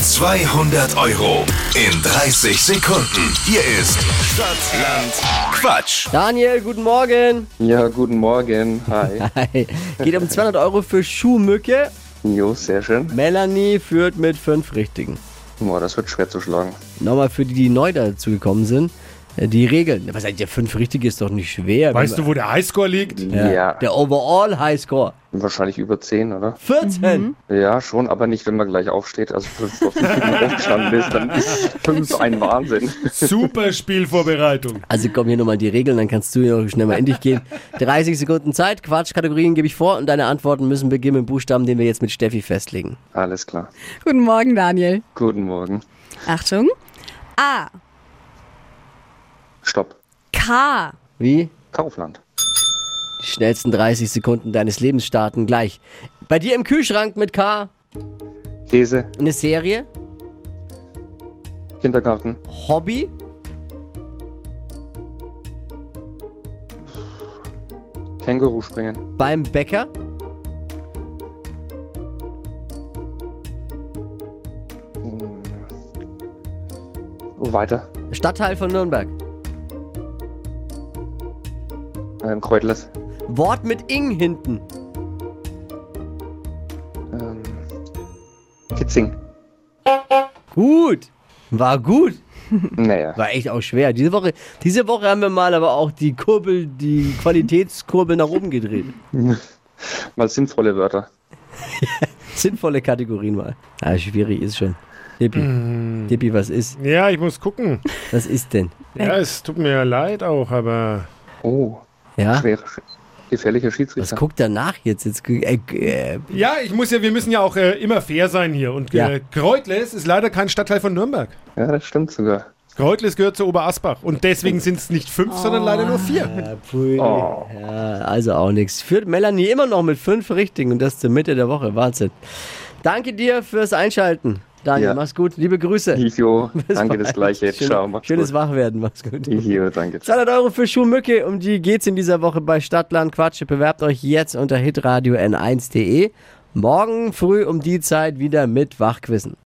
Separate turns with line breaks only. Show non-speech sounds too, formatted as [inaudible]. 200 Euro in 30 Sekunden. Hier ist Stadtland Quatsch.
Daniel, guten Morgen.
Ja, guten Morgen.
[laughs]
Hi.
Hi. Geht um 200 Euro für Schuhmücke.
Jo, sehr schön.
Melanie führt mit fünf Richtigen.
Boah, das wird schwer zu schlagen.
Nochmal für die, die neu dazugekommen sind. äh, Die Regeln. Was seid ihr? Fünf Richtige ist doch nicht schwer.
Weißt du, wo der
[laughs]
Highscore liegt?
ja.
Ja.
Der Overall Highscore.
Wahrscheinlich über 10, oder?
14.
Ja, schon, aber nicht, wenn man gleich aufsteht. Also, fünf- auf fünf Minuten aufgestanden bist, dann ist 5 ein Wahnsinn.
Super Spielvorbereitung.
Also komm hier nochmal die Regeln, dann kannst du hier auch schnell mal in dich [laughs] gehen. 30 Sekunden Zeit, Quatschkategorien gebe ich vor und deine Antworten müssen beginnen mit Buchstaben, den wir jetzt mit Steffi festlegen.
Alles klar.
Guten Morgen, Daniel.
Guten Morgen.
Achtung. A.
Stopp.
K.
Wie?
Kaufland.
Die schnellsten 30 Sekunden deines Lebens starten gleich. Bei dir im Kühlschrank mit K
Käse.
eine Serie,
Kindergarten.
Hobby,
Känguru springen.
beim Bäcker,
Oh, weiter.
Stadtteil von Nürnberg.
Ähm, Kräutlers.
Wort mit Ing hinten.
Ähm, Kitzing.
Gut. War gut.
Naja.
War echt auch schwer. Diese Woche, diese Woche haben wir mal aber auch die Kurbel, die Qualitätskurbel nach oben gedreht.
Mal sinnvolle Wörter.
sinnvolle Kategorien mal. Ah, schwierig ist schon. Dippi, Dippi, was ist?
Ja, ich muss gucken.
Was ist denn?
Ja, es tut mir ja leid auch, aber
Oh,
Ja?
schwere, gefährlicher
Was
Schiedsrichter.
guckt danach jetzt? jetzt gu- äh, äh,
ja, ich muss ja, wir müssen ja auch äh, immer fair sein hier. Und
Ja.
äh, Kreutles ist leider kein Stadtteil von Nürnberg.
Ja, das stimmt sogar.
Kreutles gehört zu Oberasbach und deswegen sind es nicht fünf, sondern leider nur vier.
äh, pfui.
Oh.
ja, also auch nichts. Führt Melanie immer noch mit fünf Richtigen und das zur Mitte der Woche. Wahnsinn. Danke dir fürs Einschalten. Daniel,
Ja.
mach's gut. Liebe Grüße. [laughs]
Jo, danke, das
bald.
gleiche.
Schön-
Ciao, mach's
Schönes
gut.
Wachwerden. Mach's gut.
Jo, danke.
200 Euro für Schuhmücke, um die geht's in dieser Woche bei Stadtland Quatsch. Bewerbt euch jetzt unter hitradio n1.de. Morgen früh um die Zeit wieder mit Wachquissen.